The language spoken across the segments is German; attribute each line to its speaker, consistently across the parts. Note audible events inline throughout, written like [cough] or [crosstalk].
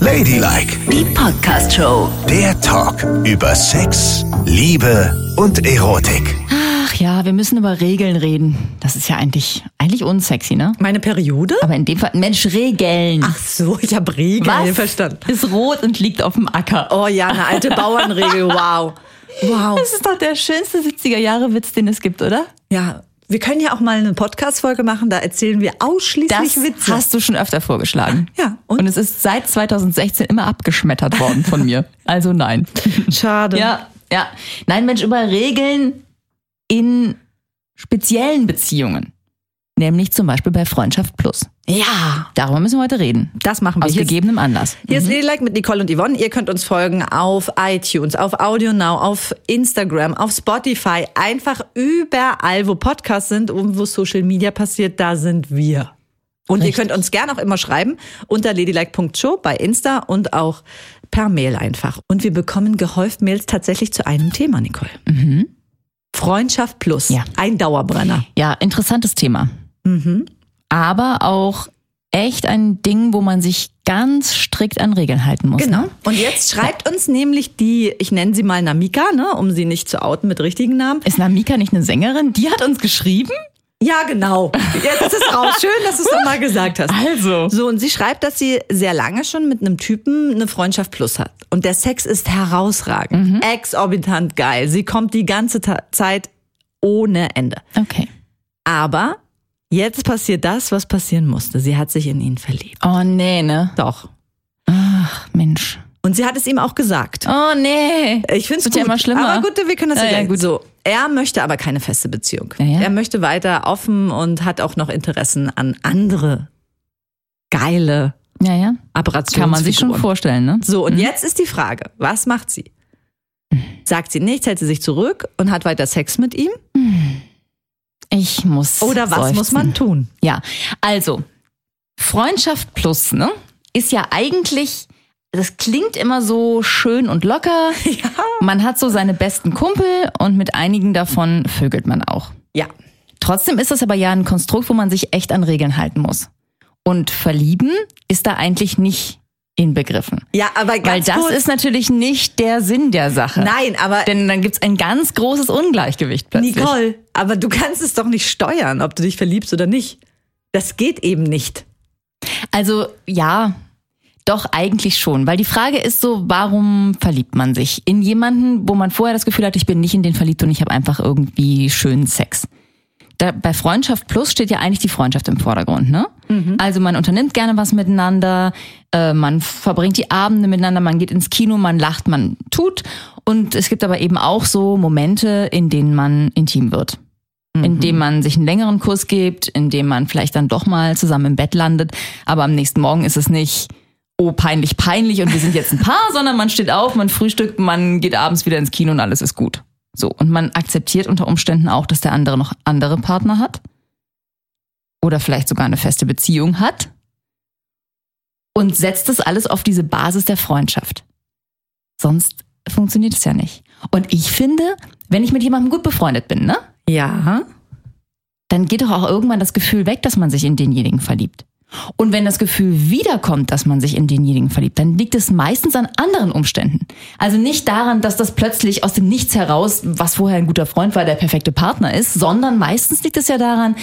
Speaker 1: Ladylike,
Speaker 2: Die Podcast Show.
Speaker 1: der Talk über Sex, Liebe und Erotik.
Speaker 3: Ach ja, wir müssen über Regeln reden. Das ist ja eigentlich, eigentlich unsexy, ne?
Speaker 4: Meine Periode?
Speaker 3: Aber in dem Fall, Mensch, Regeln.
Speaker 4: Ach so, ich habe Regeln verstanden.
Speaker 3: Ist rot und liegt auf dem Acker.
Speaker 4: Oh ja, eine alte [laughs] Bauernregel, wow. Wow.
Speaker 3: Das ist doch der schönste 70er-Jahre-Witz, den es gibt, oder?
Speaker 4: Ja, wir können ja auch mal eine Podcast-Folge machen, da erzählen wir ausschließlich
Speaker 3: Das
Speaker 4: Witze.
Speaker 3: hast du schon öfter vorgeschlagen.
Speaker 4: Ja,
Speaker 3: Und?
Speaker 4: und?
Speaker 3: es ist seit 2016 immer abgeschmettert worden von mir. Also
Speaker 4: [laughs]
Speaker 3: nein.
Speaker 4: Schade.
Speaker 3: Ja, ja. Nein, Mensch, über Regeln in speziellen Beziehungen. Nämlich zum Beispiel bei Freundschaft Plus.
Speaker 4: ja,
Speaker 3: Darüber müssen wir heute reden.
Speaker 4: das machen wir.
Speaker 3: Aus
Speaker 4: Hier ist-
Speaker 3: gegebenem Anlass.
Speaker 4: Hier ist Ladylike mit Nicole und Yvonne. Ihr könnt uns folgen auf iTunes, auf Audio Now, auf Instagram, auf Spotify. Einfach überall, wo Podcasts sind und wo Social Media passiert, da sind wir. Und ihr könnt uns gerne auch immer schreiben unter ladylike.show bei Insta und auch per Mail einfach. Und wir bekommen gehäuft Mails tatsächlich zu einem Thema, Nicole. Freundschaft plus.
Speaker 3: Ja.
Speaker 4: Ein Dauerbrenner.
Speaker 3: Ja, interessantes Thema.
Speaker 4: Mhm.
Speaker 3: Aber auch echt ein Ding, wo man sich ganz strikt an Regeln halten muss.
Speaker 4: Genau.
Speaker 3: Ne?
Speaker 4: Und jetzt schreibt uns nämlich die, ich nenne sie mal Namika, ne, um sie nicht zu outen mit richtigen Namen.
Speaker 3: Ist Namika nicht eine Sängerin? Die hat uns geschrieben?
Speaker 4: Ja, genau. Jetzt ist es raus. Schön, dass du es nochmal gesagt hast.
Speaker 3: Also.
Speaker 4: So, und sie schreibt, dass sie sehr lange schon mit einem Typen eine Freundschaft plus hat. Und der Sex ist herausragend, exorbitant geil. Sie kommt die ganze Ta Zeit ohne Ende.
Speaker 3: Okay.
Speaker 4: Aber jetzt passiert das, was passieren musste. Sie hat sich in ihn verliebt.
Speaker 3: Oh nee, ne?
Speaker 4: Doch.
Speaker 3: Ach Mensch.
Speaker 4: Und sie hat es ihm auch gesagt.
Speaker 3: Oh nee.
Speaker 4: Ich finde es
Speaker 3: Wird
Speaker 4: gut.
Speaker 3: ja immer schlimmer.
Speaker 4: Aber gut, wir können das
Speaker 3: Ja, ja,
Speaker 4: ja,
Speaker 3: gut.
Speaker 4: gut. So, er möchte aber keine feste Beziehung.
Speaker 3: Ja, ja.
Speaker 4: Er möchte weiter offen und hat auch noch Interessen an andere geile
Speaker 3: Ja, ja.
Speaker 4: Apparationsfiguren.
Speaker 3: Kann man sich schon vorstellen, ne?
Speaker 4: So, und jetzt ist die Frage, was macht sie?
Speaker 3: Mhm.
Speaker 4: Sagt sie nichts, hält sie sich zurück und hat weiter Sex mit ihm?
Speaker 3: Ich muss.
Speaker 4: Oder was
Speaker 3: seufzen.
Speaker 4: muss
Speaker 3: [laughs]
Speaker 4: man tun?
Speaker 3: Ja, also Freundschaft plus, ne? Ist ja eigentlich, das klingt immer so schön und locker.
Speaker 4: Ja.
Speaker 3: Man hat so seine besten Kumpel und mit einigen davon vögelt man auch.
Speaker 4: Ja.
Speaker 3: Trotzdem ist das aber ja ein Konstrukt, wo man sich echt an Regeln halten muss. Und verlieben ist da eigentlich nicht inbegriffen.
Speaker 4: Ja, aber
Speaker 3: Weil
Speaker 4: ganz
Speaker 3: das
Speaker 4: kurz,
Speaker 3: ist natürlich nicht der Sinn der Sache.
Speaker 4: Nein, aber
Speaker 3: Denn dann gibt's ein ganz großes Ungleichgewicht plötzlich.
Speaker 4: Nicole, aber du kannst es doch nicht steuern, ob du dich verliebst oder nicht. Das geht eben nicht.
Speaker 3: Also ja, doch eigentlich schon. Weil die Frage ist so, warum verliebt man sich in jemanden, wo man vorher das Gefühl hat, ich bin nicht in den verliebt und ich habe einfach irgendwie schönen Sex. Da, bei Freundschaft Plus steht ja eigentlich die Freundschaft im Vordergrund, ne? Also man unternimmt gerne was miteinander, äh, man verbringt die Abende miteinander, man geht ins Kino, man lacht, man tut. Und es gibt aber eben auch so Momente, in denen man intim wird indem man sich einen längeren Kuss gibt, indem man vielleicht dann doch mal zusammen im Bett landet, aber am nächsten Morgen ist es nicht oh peinlich peinlich und wir sind jetzt ein Paar, [laughs] sondern man steht auf, man frühstückt, man geht abends wieder ins Kino und alles ist gut. So und man akzeptiert unter Umständen auch, dass der andere noch andere Partner hat oder vielleicht sogar eine feste Beziehung hat und setzt das alles auf diese Basis der Freundschaft. Sonst funktioniert es ja nicht. Und ich finde, wenn ich mit jemandem gut befreundet bin, ne?
Speaker 4: Ja.
Speaker 3: dann geht doch auch irgendwann das Gefühl weg, dass man sich in denjenigen verliebt. Und wenn das Gefühl wiederkommt, dass man sich in denjenigen verliebt, dann liegt es meistens an anderen Umständen. Also nicht daran, dass das plötzlich aus dem Nichts heraus, was vorher ein guter Freund war, der perfekte Partner ist, sondern meistens liegt es ja daran,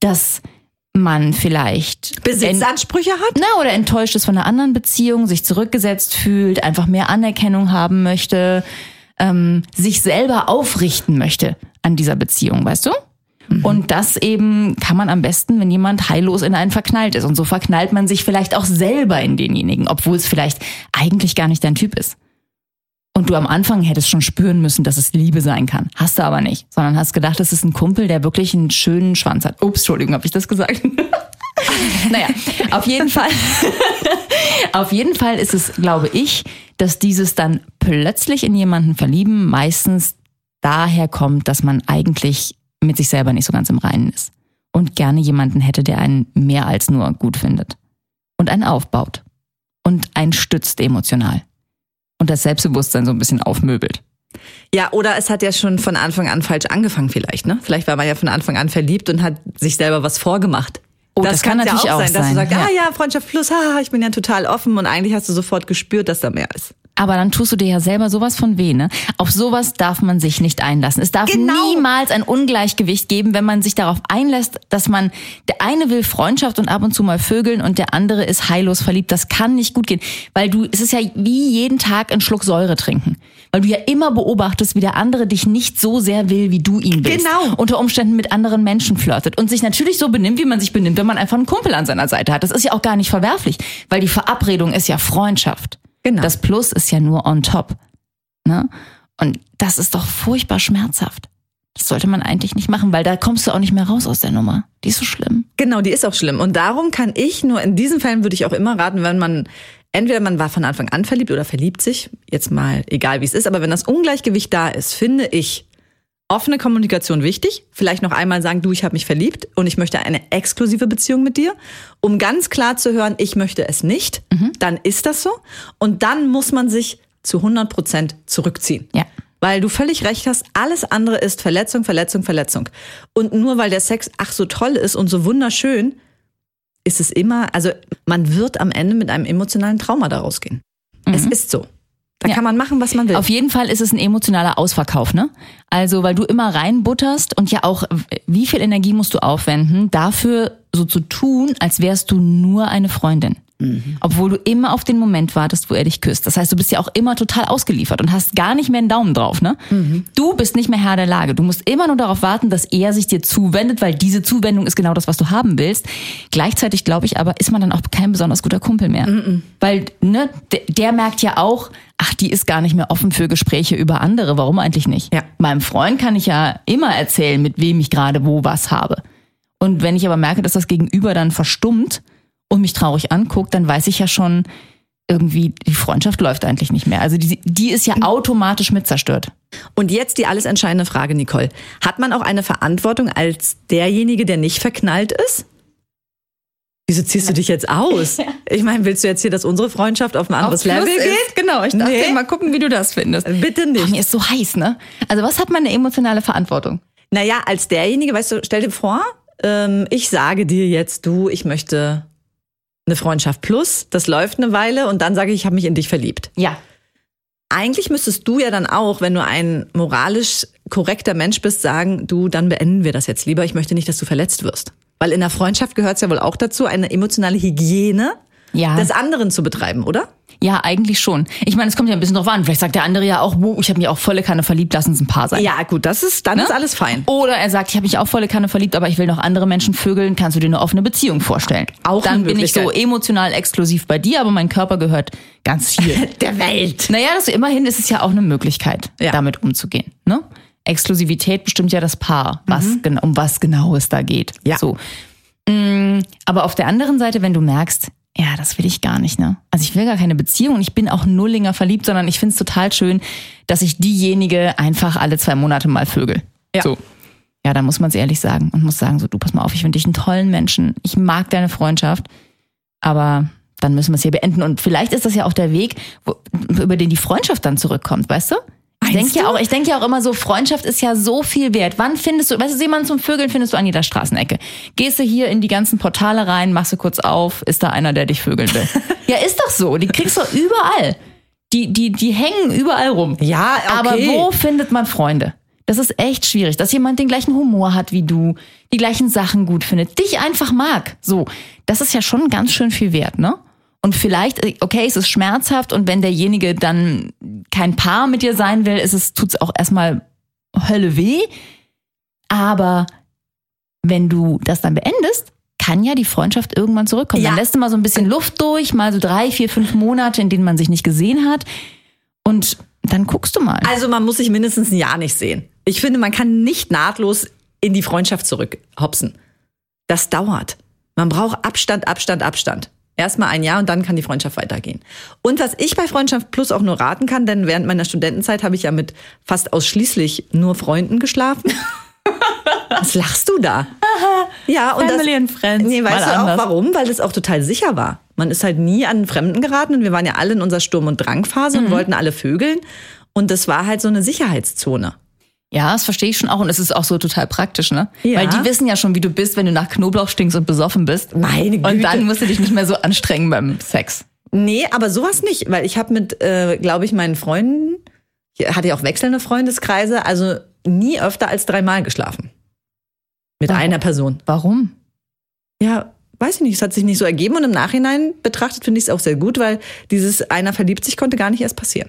Speaker 3: dass man vielleicht ent-
Speaker 4: Besitzansprüche hat?
Speaker 3: na, oder enttäuscht ist von einer anderen Beziehung, sich zurückgesetzt fühlt, einfach mehr Anerkennung haben möchte, ähm, sich selber aufrichten möchte an dieser Beziehung, weißt du? Und das eben kann man am besten, wenn jemand heillos in einen verknallt ist. Und so verknallt man sich vielleicht auch selber in denjenigen, obwohl es vielleicht eigentlich gar nicht dein Typ ist. Und du am Anfang hättest schon spüren müssen, dass es Liebe sein kann. Hast du aber nicht, sondern hast gedacht, es ist ein Kumpel, der wirklich einen schönen Schwanz hat. Ups, Entschuldigung, habe ich das gesagt? [laughs] naja, auf jeden Fall. [laughs] auf jeden Fall ist es, glaube ich, dass dieses dann plötzlich in jemanden verlieben meistens daher kommt, dass man eigentlich mit sich selber nicht so ganz im Reinen ist. Und gerne jemanden hätte, der einen mehr als nur gut findet. Und einen aufbaut. Und einen stützt emotional und das Selbstbewusstsein so ein bisschen aufmöbelt.
Speaker 4: Ja, oder es hat ja schon von Anfang an falsch angefangen vielleicht, ne? Vielleicht war man ja von Anfang an verliebt und hat sich selber was vorgemacht.
Speaker 3: Oh, das, kann
Speaker 4: kann's
Speaker 3: natürlich
Speaker 4: ja auch
Speaker 3: auch
Speaker 4: sein, dass du
Speaker 3: sein,
Speaker 4: sagst,
Speaker 3: ja.
Speaker 4: ah ja, Freundschaft plus, haha, ich bin ja total offen und eigentlich hast du sofort gespürt, dass da mehr ist.
Speaker 3: Aber dann tust du dir ja selber sowas von weh, ne? Auf sowas darf man sich nicht einlassen. Es darf
Speaker 4: Genau.
Speaker 3: niemals ein Ungleichgewicht geben, wenn man sich darauf einlässt, dass man, der eine will Freundschaft und ab und zu mal vögeln und der andere ist heillos verliebt. Das kann nicht gut gehen. Weil du, es ist ja wie jeden Tag einen Schluck Säure trinken. Weil du ja immer beobachtest, wie der andere dich nicht so sehr will, wie du ihn willst.
Speaker 4: Genau.
Speaker 3: Unter Umständen mit anderen Menschen flirtet und sich natürlich so benimmt, wie man sich benimmt, wenn man einfach einen Kumpel an seiner Seite hat. Das ist ja auch gar nicht verwerflich, weil die Verabredung ist ja Freundschaft.
Speaker 4: Genau.
Speaker 3: Das Plus ist ja nur on top. Ne? Und das ist doch furchtbar schmerzhaft. Das sollte man eigentlich nicht machen, weil da kommst du auch nicht mehr raus aus der Nummer. Die ist so schlimm.
Speaker 4: Genau, die ist auch schlimm. Und darum kann ich nur, in diesen Fällen würde ich auch immer raten, wenn man, entweder man war von Anfang an verliebt oder verliebt sich, jetzt mal egal wie es ist, aber wenn das Ungleichgewicht da ist, finde ich offene Kommunikation wichtig. Vielleicht noch einmal sagen, du, ich habe mich verliebt und ich möchte eine exklusive Beziehung mit dir, um ganz klar zu hören, ich möchte es nicht, dann ist das so. Und dann muss man sich zu 100 Prozent zurückziehen.
Speaker 3: Ja.
Speaker 4: Weil du völlig recht hast, alles andere ist Verletzung, Verletzung, Verletzung. Und nur weil der Sex ach so toll ist und so wunderschön, ist es immer, also man wird am Ende mit einem emotionalen Trauma daraus gehen. Es ist so. Da
Speaker 3: Mhm. Ja.
Speaker 4: kann man machen, was man will.
Speaker 3: Auf jeden Fall ist es ein emotionaler Ausverkauf, ne? Also, weil du immer reinbutterst und ja auch, äh, wie viel Energie musst du aufwenden, dafür so zu tun, als wärst du nur eine Freundin. Obwohl du immer auf den Moment wartest, wo er dich küsst. Das heißt, du bist ja auch immer total ausgeliefert und hast gar nicht mehr einen Daumen drauf, ne? Du bist nicht mehr Herr der Lage. Du musst immer nur darauf warten, dass er sich dir zuwendet, weil diese Zuwendung ist genau das, was du haben willst. Gleichzeitig, glaube ich, aber ist man dann auch kein besonders guter Kumpel mehr. Weil, ne, der, der merkt ja auch, ach, die ist gar nicht mehr offen für Gespräche über andere. Warum eigentlich nicht?
Speaker 4: Ja.
Speaker 3: Meinem Freund kann ich ja immer erzählen, mit wem ich gerade wo was habe. Und wenn ich aber merke, dass das Gegenüber dann verstummt und mich traurig anguckt, dann weiß ich ja schon, irgendwie, die Freundschaft läuft eigentlich nicht mehr. Also die, die ist ja automatisch mit zerstört.
Speaker 4: Und jetzt die alles entscheidende Frage, Nicole. Hat man auch eine Verantwortung als derjenige, der nicht verknallt ist? Wieso ziehst du dich
Speaker 3: [laughs]
Speaker 4: jetzt aus? Ich meine, willst du jetzt hier, dass unsere Freundschaft auf ein anderes Level geht? Also,
Speaker 3: Genau, ich
Speaker 4: dachte, mal
Speaker 3: gucken, wie du das findest.
Speaker 4: Bitte
Speaker 3: Ach,
Speaker 4: nicht.
Speaker 3: mir ist so heiß, ne? Also was hat man eine emotionale Verantwortung?
Speaker 4: Naja, als derjenige, weißt du, stell dir vor, ähm, ich sage dir jetzt, du, ich möchte eine Freundschaft plus, das läuft eine Weile und dann sage ich, ich habe mich in dich verliebt.
Speaker 3: Ja.
Speaker 4: Eigentlich müsstest du ja dann auch, wenn du ein moralisch korrekter Mensch bist, sagen, du, dann beenden wir das jetzt lieber. Ich möchte nicht, dass du verletzt wirst. Weil in der Freundschaft gehört es ja wohl auch dazu, eine emotionale Hygiene
Speaker 3: Ja.
Speaker 4: des anderen zu betreiben, oder?
Speaker 3: Ja, eigentlich schon. Ich meine, es kommt ja ein bisschen drauf an. Vielleicht sagt der andere ja auch, wow, ich habe mich auch volle Kanne verliebt, lass uns ein Paar sein. Ne?
Speaker 4: Ja, gut, das ist, dann ist alles fein.
Speaker 3: Oder er sagt, ich habe mich auch volle Kanne verliebt, aber ich will noch andere Menschen vögeln. Kannst du dir eine offene Beziehung vorstellen?
Speaker 4: Auch
Speaker 3: Dann
Speaker 4: eine
Speaker 3: bin ich so
Speaker 4: Möglichkeit.
Speaker 3: emotional exklusiv bei dir, aber mein Körper gehört ganz viel.
Speaker 4: [laughs] Der Welt.
Speaker 3: naja, das, immerhin ist es ja auch eine Möglichkeit,
Speaker 4: Ja.
Speaker 3: damit umzugehen. Ne? Exklusivität bestimmt ja das Paar, was, gen- um was genau es da geht.
Speaker 4: Mhm. Ja.
Speaker 3: So. Aber auf der anderen Seite, wenn du merkst, ja, das will ich gar nicht, ne? Also ich will gar keine Beziehung und ich bin auch nullinger verliebt, sondern ich find's total schön, dass ich diejenige einfach alle zwei Monate mal vögel.
Speaker 4: Ja.
Speaker 3: So. Ja, da muss man's ehrlich sagen und muss sagen, so du, pass mal auf, ich finde dich einen tollen Menschen. Ich mag deine Freundschaft, aber dann müssen wir es hier beenden. Und vielleicht ist das ja auch der Weg, wo, über den die Freundschaft dann zurückkommt, weißt du? Ich
Speaker 4: Meinst
Speaker 3: denke ja
Speaker 4: du?
Speaker 3: auch, ich denke ja auch immer so, Freundschaft ist ja so viel wert. Wann findest du, weißt du, jemanden zum Vögeln findest du an jeder Straßenecke. Gehst du hier in die ganzen Portale rein, machst du kurz auf, ist da einer, der dich vögeln
Speaker 4: [laughs]
Speaker 3: will. ja, ist doch so. Die kriegst du überall. Die, die, die hängen überall rum.
Speaker 4: Ja,
Speaker 3: Aber
Speaker 4: okay.
Speaker 3: wo findet man Freunde? Das ist echt schwierig, dass jemand den gleichen Humor hat wie du, die gleichen Sachen gut findet, dich einfach mag. So, das ist ja schon ganz schön viel wert, ne? Und vielleicht, äh, okay, es ist schmerzhaft und wenn derjenige dann kein Paar mit dir sein will, ist es tut's auch erstmal Hölle weh. Aber wenn du das dann beendest, kann ja die Freundschaft irgendwann zurückkommen.
Speaker 4: Ja.
Speaker 3: Dann lässt du mal so ein bisschen Luft durch, mal so drei, vier, fünf Monate, in denen man sich nicht gesehen hat. Und dann guckst du mal.
Speaker 4: Also man muss sich mindestens ein Jahr nicht sehen. Ich finde, man kann nicht nahtlos in die Freundschaft zurückhopsen. Das dauert. Man braucht Abstand, Abstand, Abstand. Erstmal ein Jahr und dann kann die Freundschaft weitergehen. Und was ich bei Freundschaft Plus auch nur raten kann, denn während meiner Studentenzeit habe ich ja mit fast ausschließlich nur Freunden geschlafen. was lachst du da? [laughs] ja, und
Speaker 3: Family
Speaker 4: das,
Speaker 3: and friends.
Speaker 4: Nee,
Speaker 3: Mal
Speaker 4: weißt du
Speaker 3: anders.
Speaker 4: auch warum? Weil es auch total sicher war. Man ist halt nie an einen Fremden geraten und wir waren ja alle
Speaker 3: Mhm.
Speaker 4: in unserer Sturm- und Drangphase und wollten alle vögeln. Und das war halt so eine Sicherheitszone.
Speaker 3: Ja, das verstehe ich schon auch und es ist auch so total praktisch, ne?
Speaker 4: Ja.
Speaker 3: Weil die wissen ja schon, wie du bist, wenn du nach Knoblauch stinkst und besoffen bist.
Speaker 4: Meine Güte.
Speaker 3: Und dann musst du dich nicht mehr so anstrengen beim Sex.
Speaker 4: Nee, aber sowas nicht, weil ich habe mit, äh, glaube ich, meinen Freunden, ich hatte ja auch wechselnde Freundeskreise, also nie öfter als dreimal geschlafen. Mit
Speaker 3: Warum?
Speaker 4: einer Person.
Speaker 3: Warum?
Speaker 4: Ja, weiß ich nicht, es hat sich nicht so ergeben und im Nachhinein betrachtet finde ich es auch sehr gut, weil dieses einer verliebt sich konnte gar nicht erst passieren.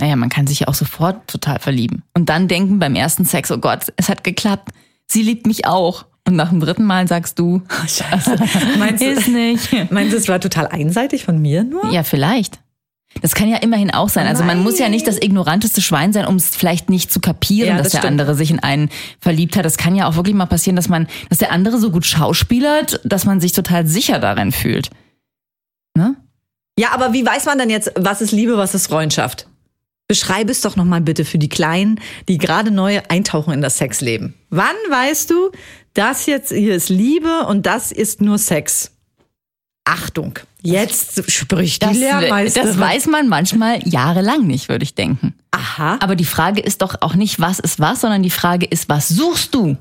Speaker 3: Naja, man kann sich ja auch sofort total verlieben. Und dann denken beim ersten Sex, oh Gott, es hat geklappt. Sie liebt mich auch. Und nach dem dritten Mal sagst du, scheiße,
Speaker 4: Meinst [laughs]
Speaker 3: [laughs]
Speaker 4: du-
Speaker 3: ist nicht.
Speaker 4: Meinst du, es war total einseitig von mir nur?
Speaker 3: Ja, vielleicht. Das kann ja immerhin auch sein. Also man muss ja nicht das ignoranteste Schwein sein, um es vielleicht nicht zu kapieren,
Speaker 4: Ja,
Speaker 3: dass
Speaker 4: das
Speaker 3: der
Speaker 4: stimmt.
Speaker 3: andere sich in einen verliebt hat. Das kann ja auch wirklich mal passieren, dass man, dass der andere so gut schauspielert, dass man sich total sicher darin fühlt. Ne?
Speaker 4: Ja, aber wie weiß man denn jetzt, was ist Liebe, was ist Freundschaft? Beschreibe es doch nochmal bitte für die Kleinen, die gerade neu eintauchen in das Sexleben. Wann weißt du, das jetzt hier ist Liebe und das ist nur Sex? Achtung, jetzt spricht die
Speaker 3: Das,
Speaker 4: Lehrmeisterin.
Speaker 3: das weiß man manchmal jahrelang nicht, würde ich denken.
Speaker 4: Aha.
Speaker 3: Aber die Frage ist doch auch nicht, was ist was, sondern die Frage ist, was suchst du?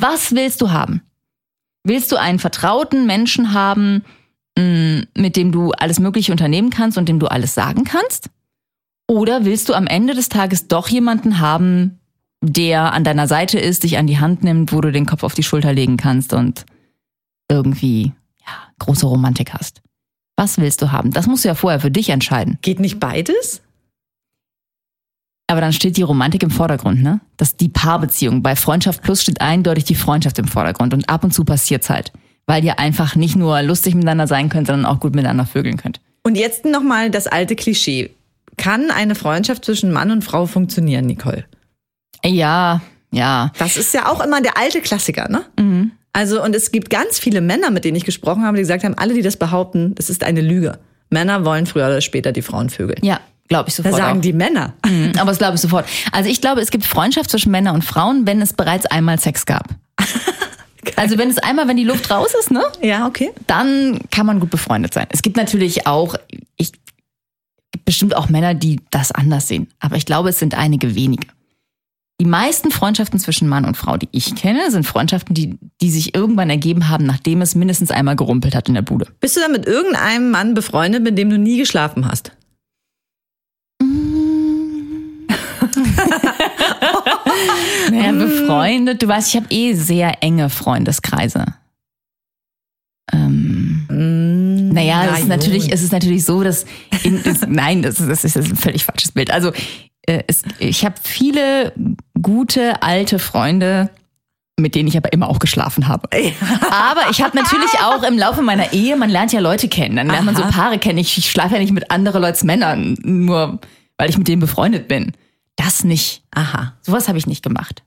Speaker 3: Was willst du haben? Willst du einen vertrauten Menschen haben, mh, mit dem du alles Mögliche unternehmen kannst und dem du alles sagen kannst? Oder willst du am Ende des Tages doch jemanden haben, der an deiner Seite ist, dich an die Hand nimmt, wo du den Kopf auf die Schulter legen kannst und irgendwie ja, große Romantik hast? Was willst du haben? Das musst du ja vorher für dich entscheiden.
Speaker 4: Geht nicht beides?
Speaker 3: Aber dann steht die Romantik im Vordergrund, ne? Das ist die Paarbeziehung. Bei Freundschaft Plus steht eindeutig die Freundschaft im Vordergrund. Und ab und zu passiert's halt. Weil ihr einfach nicht nur lustig miteinander sein könnt, sondern auch gut miteinander vögeln könnt.
Speaker 4: Und jetzt nochmal das alte Klischee. Kann eine Freundschaft zwischen Mann und Frau funktionieren, Nicole?
Speaker 3: Äh, Ja, ja.
Speaker 4: Das ist ja auch immer der alte Klassiker, ne? Also, und es gibt ganz viele Männer, mit denen ich gesprochen habe, die gesagt haben, alle, die das behaupten, das ist eine Lüge. Männer wollen früher oder später die Frauen vögeln.
Speaker 3: Ja, glaube ich
Speaker 4: Da
Speaker 3: sofort.
Speaker 4: sagen
Speaker 3: auch.
Speaker 4: die Männer.
Speaker 3: Mhm, Aber das glaube ich sofort. Also ich glaube, es gibt Freundschaft zwischen Männern und Frauen, wenn es bereits einmal Sex
Speaker 4: [laughs]
Speaker 3: gab. Also wenn es einmal, wenn die Luft raus ist, ne?
Speaker 4: Ja, okay.
Speaker 3: dann kann man gut befreundet sein. Es gibt natürlich auch, ich, gibt bestimmt auch Männer, die das anders sehen. Aber ich glaube, es sind einige wenige. Die meisten Freundschaften zwischen Mann und Frau, die ich kenne, sind Freundschaften, die, die sich irgendwann ergeben haben, nachdem es mindestens einmal gerumpelt hat in der Bude.
Speaker 4: Bist du dann mit irgendeinem Mann befreundet, mit dem du nie geschlafen hast?
Speaker 3: Naja, Äh, befreundet, du weißt, ich habe eh sehr enge Freundeskreise.
Speaker 4: Mm,
Speaker 3: Naja,
Speaker 4: na
Speaker 3: es, ist
Speaker 4: gut.
Speaker 3: natürlich, es ist natürlich so, dass. In, es, nein, das ist, das, ist, das ist ein völlig falsches Bild. Also, äh, es, ich habe viele gute alte Freunde, mit denen ich aber immer auch geschlafen habe. Aber ich habe natürlich auch im Laufe meiner Ehe, man lernt ja Leute kennen, dann lernt man so
Speaker 4: Aha.
Speaker 3: Paare kennen. Ich, ich schlafe ja nicht mit anderen Leuts Männern, nur weil ich mit denen befreundet bin. Das nicht.
Speaker 4: Aha,
Speaker 3: Sowas habe ich nicht gemacht.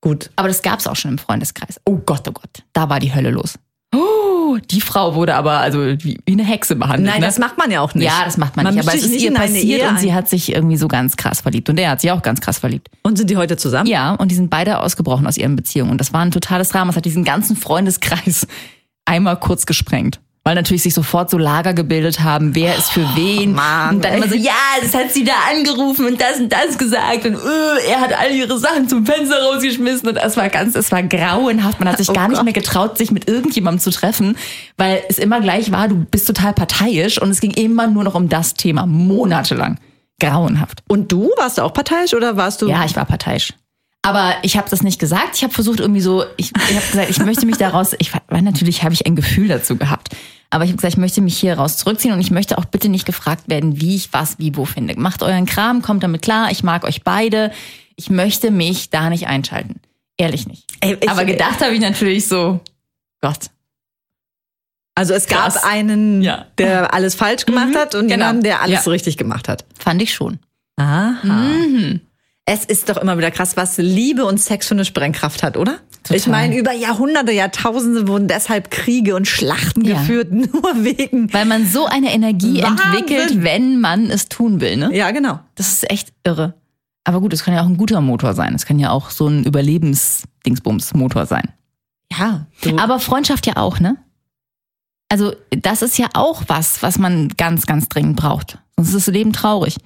Speaker 4: gut.
Speaker 3: Aber das gab's auch schon im Freundeskreis. Oh Gott, oh Gott, da war die Hölle los. Oh, die Frau wurde aber also wie, wie eine Hexe behandelt.
Speaker 4: Nein,
Speaker 3: ne?
Speaker 4: das macht man ja auch nicht.
Speaker 3: Ja, das macht man, nicht.
Speaker 4: mischt
Speaker 3: Aber es
Speaker 4: sich
Speaker 3: ist
Speaker 4: nicht
Speaker 3: ihr
Speaker 4: in eine Ehe
Speaker 3: passiert und
Speaker 4: ein.
Speaker 3: sie hat sich irgendwie so ganz krass verliebt. Und er hat sich auch ganz krass verliebt.
Speaker 4: Und sind die heute zusammen?
Speaker 3: Ja, und die sind beide ausgebrochen aus ihren Beziehungen. Und das war ein totales Drama. Es hat diesen ganzen Freundeskreis [laughs] einmal kurz gesprengt. Weil natürlich sich sofort so Lager gebildet haben, wer ist für wen.
Speaker 4: Oh, Mann,
Speaker 3: und dann immer so,
Speaker 4: ey.
Speaker 3: ja, das hat sie da angerufen und das und das gesagt. Und äh, er hat all ihre Sachen zum Fenster rausgeschmissen. Und es war ganz, es war grauenhaft. Man hat sich
Speaker 4: Oh
Speaker 3: gar nicht mehr getraut, sich mit irgendjemandem zu treffen, weil es immer gleich war, du bist total parteiisch. Und es ging immer nur noch um das Thema, monatelang. Grauenhaft.
Speaker 4: Und du, warst du auch parteiisch oder warst du...
Speaker 3: Ja, ich war parteiisch. Aber ich habe das nicht gesagt. Ich habe versucht irgendwie so, ich, ich habe gesagt, ich möchte mich daraus, ich war- weil natürlich habe ich ein Gefühl dazu gehabt. Aber ich habe gesagt, ich möchte mich hier raus zurückziehen und ich möchte auch bitte nicht gefragt werden, wie ich was wie wo finde. Macht euren Kram, kommt damit klar, ich mag euch beide. Ich möchte mich da nicht einschalten. Ehrlich nicht.
Speaker 4: Ey, ich-
Speaker 3: Aber gedacht habe ich natürlich so, Gott.
Speaker 4: Also es gab
Speaker 3: Krass.
Speaker 4: einen,
Speaker 3: Ja.
Speaker 4: der alles falsch gemacht hat und
Speaker 3: genau.
Speaker 4: jemanden, der alles
Speaker 3: Ja.
Speaker 4: richtig gemacht hat.
Speaker 3: Fand ich schon.
Speaker 4: Aha. Es ist doch immer wieder krass, was Liebe und Sex für eine Sprengkraft hat, oder?
Speaker 3: Total.
Speaker 4: Ich meine, über Jahrhunderte, Jahrtausende wurden deshalb Kriege und Schlachten
Speaker 3: Ja.
Speaker 4: geführt, [laughs] nur wegen.
Speaker 3: Weil man so eine Energie
Speaker 4: Wahnsinn.
Speaker 3: entwickelt, wenn man es tun will, ne?
Speaker 4: Ja, genau.
Speaker 3: Das ist echt irre. Aber gut, es kann ja auch ein guter Motor sein. Es kann ja auch so ein Überlebensdingsbums-Motor sein.
Speaker 4: Ja. Du,
Speaker 3: Aber Freundschaft ja auch, ne? Also, das ist ja auch was, was man ganz, ganz dringend braucht. Sonst ist das Leben traurig.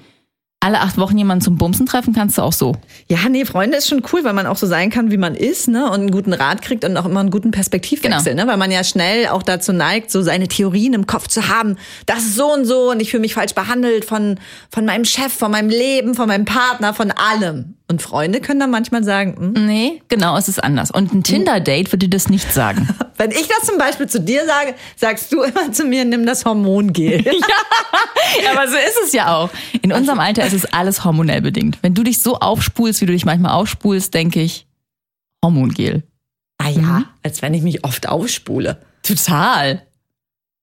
Speaker 3: alle acht Wochen jemanden zum Bumsen treffen kannst du auch so.
Speaker 4: Ja, nee, Freunde ist schon cool, weil man auch so sein kann, wie man ist, ne? Und einen guten Rat kriegt und auch immer einen guten Perspektivwechsel,
Speaker 3: Genau.
Speaker 4: ne? Weil man ja schnell auch dazu neigt, so seine Theorien im Kopf zu haben. Das ist so und so und ich fühle mich falsch behandelt von, von meinem Chef, von meinem Leben, von meinem Partner, von allem. Und Freunde können dann manchmal sagen, hm,
Speaker 3: Nee, genau, es ist anders. Und ein Tinder-Date würde das nicht sagen.
Speaker 4: wenn ich das zum Beispiel zu dir sage, sagst du immer zu mir, nimm das
Speaker 3: [laughs]
Speaker 4: Hormongel.
Speaker 3: [laughs] ja, aber so ist es ja auch. In unserem Alter ist es alles hormonell bedingt. Wenn du dich so aufspulst, wie du dich manchmal aufspulst, denke ich, Hormongel.
Speaker 4: ah ja, als wenn ich mich oft aufspule.
Speaker 3: Total.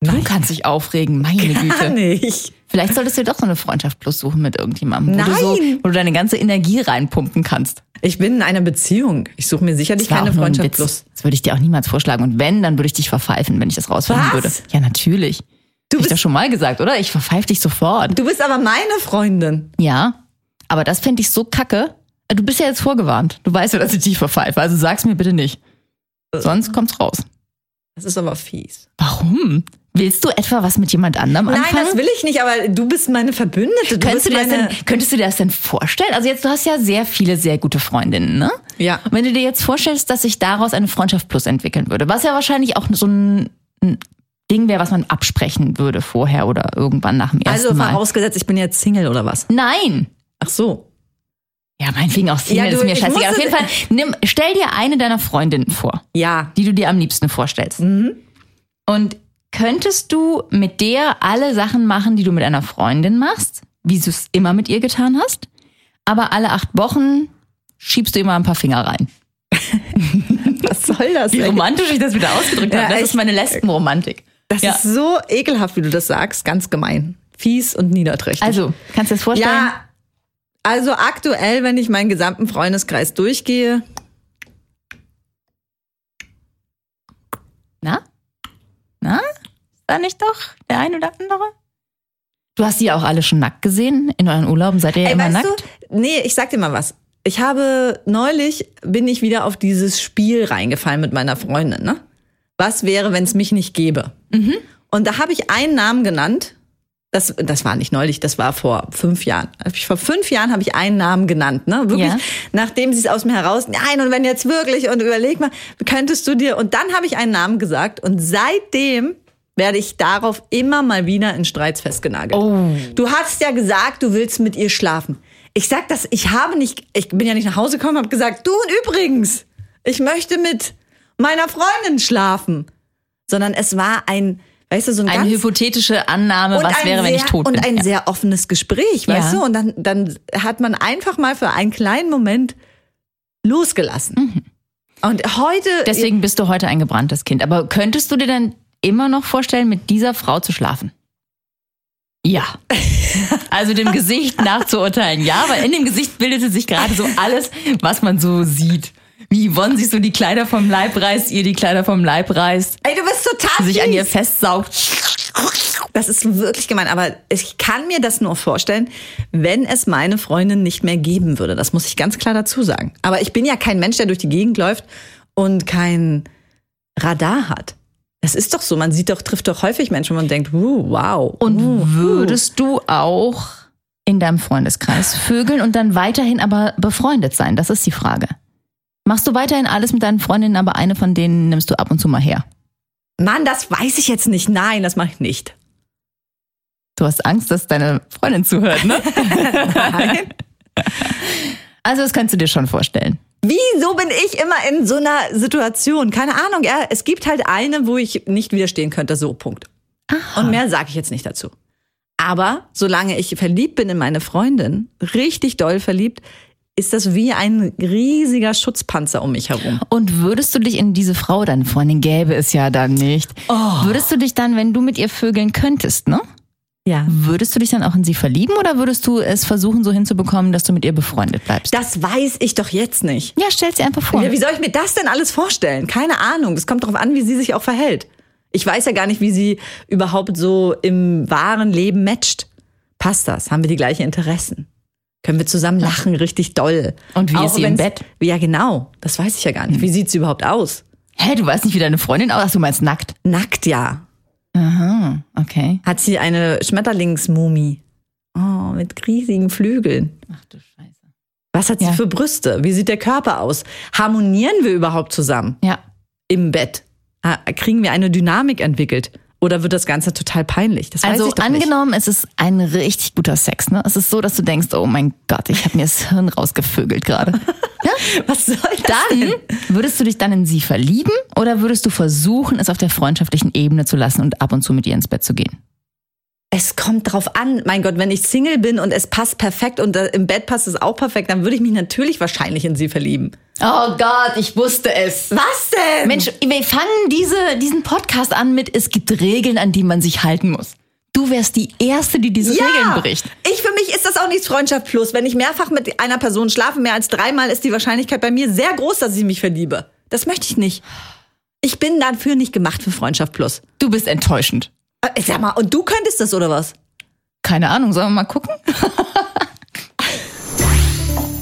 Speaker 3: Du kannst dich aufregen, meine
Speaker 4: Gar
Speaker 3: Güte.
Speaker 4: nicht.
Speaker 3: Vielleicht solltest du dir doch so eine Freundschaft plus suchen mit irgendjemandem, wo, Du, so,
Speaker 4: Nein.
Speaker 3: wo du deine ganze Energie reinpumpen kannst.
Speaker 4: Ich bin in einer Beziehung. Ich suche mir sicherlich
Speaker 3: war
Speaker 4: keine
Speaker 3: auch nur ein
Speaker 4: Freundschaft
Speaker 3: Witz.
Speaker 4: plus.
Speaker 3: Das würde ich dir auch niemals vorschlagen. Und wenn, dann würde ich dich verpfeifen, wenn ich das rausfinden
Speaker 4: Was?
Speaker 3: würde. Ja, natürlich. Du Hab ich
Speaker 4: bist-
Speaker 3: doch schon mal gesagt, oder? Ich verpfeife dich sofort.
Speaker 4: Du bist aber meine Freundin.
Speaker 3: Ja, aber das fände ich so kacke. Äh, Du bist ja jetzt vorgewarnt. Du weißt ja, dass ich dich verpfeife. Also sag's mir bitte nicht. Sonst kommt's raus.
Speaker 4: Das ist aber fies.
Speaker 3: Warum? Willst du etwa was mit jemand anderem anfangen?
Speaker 4: Nein, das will ich nicht, aber du bist meine Verbündete. Du
Speaker 3: Könntest
Speaker 4: bist
Speaker 3: du, dir das
Speaker 4: meine...
Speaker 3: denn, könntest du dir das denn vorstellen? Also jetzt, du hast ja sehr viele sehr gute Freundinnen, ne?
Speaker 4: Ja.
Speaker 3: Und wenn du dir jetzt vorstellst, dass sich daraus eine Freundschaft plus entwickeln würde, was ja wahrscheinlich auch so ein, ein Ding wäre, was man absprechen würde vorher oder irgendwann nach dem ersten
Speaker 4: Also
Speaker 3: Mal.
Speaker 4: vorausgesetzt, ich bin jetzt Single oder was?
Speaker 3: Nein!
Speaker 4: Ach so.
Speaker 3: Ja, meinetwegen auch Single,
Speaker 4: Ja, du,
Speaker 3: ist mir
Speaker 4: ich
Speaker 3: scheißegal. Auf
Speaker 4: muss
Speaker 3: jeden
Speaker 4: es-
Speaker 3: Fall, nimm, stell dir eine deiner Freundinnen vor,
Speaker 4: Ja.
Speaker 3: die du dir am liebsten vorstellst.
Speaker 4: Mhm.
Speaker 3: Und könntest du mit der alle Sachen machen, die du mit einer Freundin machst, wie du es immer mit ihr getan hast? Aber alle acht Wochen schiebst du immer ein paar Finger rein.
Speaker 4: Was soll das?
Speaker 3: Wie
Speaker 4: ey?
Speaker 3: romantisch ich das
Speaker 4: [laughs]
Speaker 3: wieder ausgedrückt
Speaker 4: Ja,
Speaker 3: habe. Das
Speaker 4: echt.
Speaker 3: ist meine Lesbenromantik.
Speaker 4: Das
Speaker 3: Ja.
Speaker 4: ist so ekelhaft, wie du das sagst. Ganz gemein. Fies und niederträchtig.
Speaker 3: Also, kannst du dir das vorstellen?
Speaker 4: ja. Also aktuell, wenn ich meinen gesamten Freundeskreis durchgehe,
Speaker 3: Na? Na? Ist da nicht doch der ein oder andere? Du hast die auch alle schon nackt gesehen? In euren Urlauben seid ihr ja
Speaker 4: Ey,
Speaker 3: immer
Speaker 4: weißt
Speaker 3: nackt?
Speaker 4: du, nee, ich sag dir mal was. Ich habe neulich bin ich wieder auf dieses Spiel reingefallen mit meiner Freundin, ne? Was wäre, wenn es mich nicht gäbe? Und da habe ich einen Namen genannt. Das, das war nicht neulich, das war vor fünf Jahren. Hab ich- Vor fünf Jahren habe ich einen Namen genannt, ne? Wirklich,
Speaker 3: Ja.
Speaker 4: nachdem sie es aus mir heraus, nein, und wenn jetzt wirklich, und überleg mal, könntest du dir, und dann habe ich einen Namen gesagt, und seitdem werde ich darauf immer mal wieder in Streits festgenagelt. Du hast ja gesagt, du willst mit ihr schlafen. Ich sag das, ich habe nicht, ich bin ja nicht nach Hause gekommen, habe gesagt, du und übrigens, ich möchte mit meiner Freundin schlafen. Sondern es war ein, weißt du, so ein
Speaker 3: Eine
Speaker 4: ganz
Speaker 3: hypothetische Annahme,
Speaker 4: und
Speaker 3: was
Speaker 4: ein
Speaker 3: wäre, wenn ich
Speaker 4: sehr-
Speaker 3: tot
Speaker 4: Und
Speaker 3: bin.
Speaker 4: ein
Speaker 3: ja.
Speaker 4: sehr offenes Gespräch, weißt
Speaker 3: Ja.
Speaker 4: du? Und dann, dann hat man einfach mal für einen kleinen Moment losgelassen. Und heute.
Speaker 3: Mhm. Deswegen bist du heute ein gebranntes Kind. Aber könntest du dir dann immer noch vorstellen, mit dieser Frau zu schlafen? [laughs] Ja. Also dem Gesicht nachzuurteilen. Ja, weil in dem Gesicht bildete sich gerade so alles, was man so sieht. Wie Yvonne sich so die Kleider vom Leib reißt, ihr die Kleider vom Leib reißt,
Speaker 4: Ey, du bist total.
Speaker 3: sich an
Speaker 4: fies.
Speaker 3: ihr festsaugt.
Speaker 4: Das ist wirklich gemein, aber ich kann mir das nur vorstellen, wenn es meine Freundin nicht mehr geben würde. Das muss ich ganz klar dazu sagen. Aber ich bin ja kein Mensch, der durch die Gegend läuft und kein Radar hat. Das ist doch so. Man sieht doch, trifft doch häufig Menschen, wo man denkt, uh, wow.
Speaker 3: Und
Speaker 4: uh,
Speaker 3: Oh, würdest du auch in deinem Freundeskreis vögeln und dann weiterhin aber befreundet sein? Das ist die Frage. Machst du weiterhin alles mit deinen Freundinnen, aber eine von denen nimmst du ab und zu mal her?
Speaker 4: uh. Mann, das weiß ich jetzt nicht. Nein, das mache ich nicht.
Speaker 3: Du hast Angst, dass deine Freundin zuhört, [laughs] ne?
Speaker 4: Nein.
Speaker 3: Also das kannst du dir schon vorstellen.
Speaker 4: Wieso bin ich immer in so einer Situation? Keine Ahnung. Ja, es gibt halt eine, wo ich nicht widerstehen könnte. So, Punkt. Und mehr sage ich jetzt nicht dazu. Aber solange ich verliebt bin in meine Freundin, richtig doll verliebt, ist das wie ein riesiger Schutzpanzer um mich herum.
Speaker 3: Und würdest du dich in diese Frau, deine Freundin gäbe es ja dann nicht, würdest du dich dann, wenn du mit ihr vögeln könntest, ne?
Speaker 4: Ja.
Speaker 3: Würdest du dich dann auch in sie verlieben oder würdest du es versuchen, so hinzubekommen, dass du mit ihr befreundet bleibst?
Speaker 4: Das weiß ich doch jetzt nicht.
Speaker 3: ja, stell sie einfach vor.
Speaker 4: Ja, wie soll ich mir das denn alles vorstellen? Keine Ahnung. Es kommt darauf an, wie sie sich auch verhält. Ich weiß ja gar nicht, wie sie überhaupt so im wahren Leben matcht. Passt das? Haben wir die gleichen Interessen? Können wir zusammen lachen, richtig doll?
Speaker 3: Und wie
Speaker 4: Auch
Speaker 3: ist sie im
Speaker 4: wenn's-
Speaker 3: Bett? Hm.
Speaker 4: Ja, genau. Das weiß ich ja gar nicht. Wie sieht sie überhaupt aus?
Speaker 3: Hä, du weißt nicht, wie deine Freundin aussieht? Ach, du meinst nackt.
Speaker 4: Nackt ja.
Speaker 3: Aha, okay.
Speaker 4: Hat sie eine Schmetterlingsmumie? Oh, mit riesigen Flügeln.
Speaker 3: Ach du Scheiße.
Speaker 4: Was hat sie
Speaker 3: Ja.
Speaker 4: für Brüste? Wie sieht der Körper aus? Harmonieren wir überhaupt zusammen
Speaker 3: Ja,
Speaker 4: im Bett? Ah, Kriegen wir eine Dynamik entwickelt? Oder wird das Ganze total peinlich? Das weiß
Speaker 3: also
Speaker 4: ich doch nicht.
Speaker 3: angenommen, es ist ein richtig guter Sex. Ne? Es ist so, dass du denkst, oh mein Gott, ich habe mir das Hirn rausgevögelt gerade.
Speaker 4: Was soll das
Speaker 3: Dann
Speaker 4: denn?
Speaker 3: würdest du dich dann in sie verlieben oder würdest du versuchen, es auf der freundschaftlichen Ebene zu lassen und ab und zu mit ihr ins Bett zu gehen?
Speaker 4: Es kommt drauf an. Mein Gott, wenn ich Single bin und es passt perfekt und äh, im Bett passt es auch perfekt, dann würde ich mich natürlich wahrscheinlich in sie verlieben.
Speaker 3: Oh Gott, ich wusste es.
Speaker 4: Was denn?
Speaker 3: Mensch, wir fangen diese, diesen Podcast an mit, es gibt Regeln, an die man sich halten muss. Du wärst die Erste, die diese Regeln bricht.
Speaker 4: Ich für mich ist das auch nichts Freundschaft plus. Wenn ich mehrfach mit einer Person schlafe, mehr als dreimal, ist die Wahrscheinlichkeit bei mir sehr groß, dass ich mich verliebe. Das möchte ich nicht. Ich bin dafür nicht gemacht für Freundschaft plus.
Speaker 3: Du bist enttäuschend.
Speaker 4: Äh, Sag mal, und du könntest das oder was?
Speaker 3: Keine Ahnung, sollen wir mal gucken?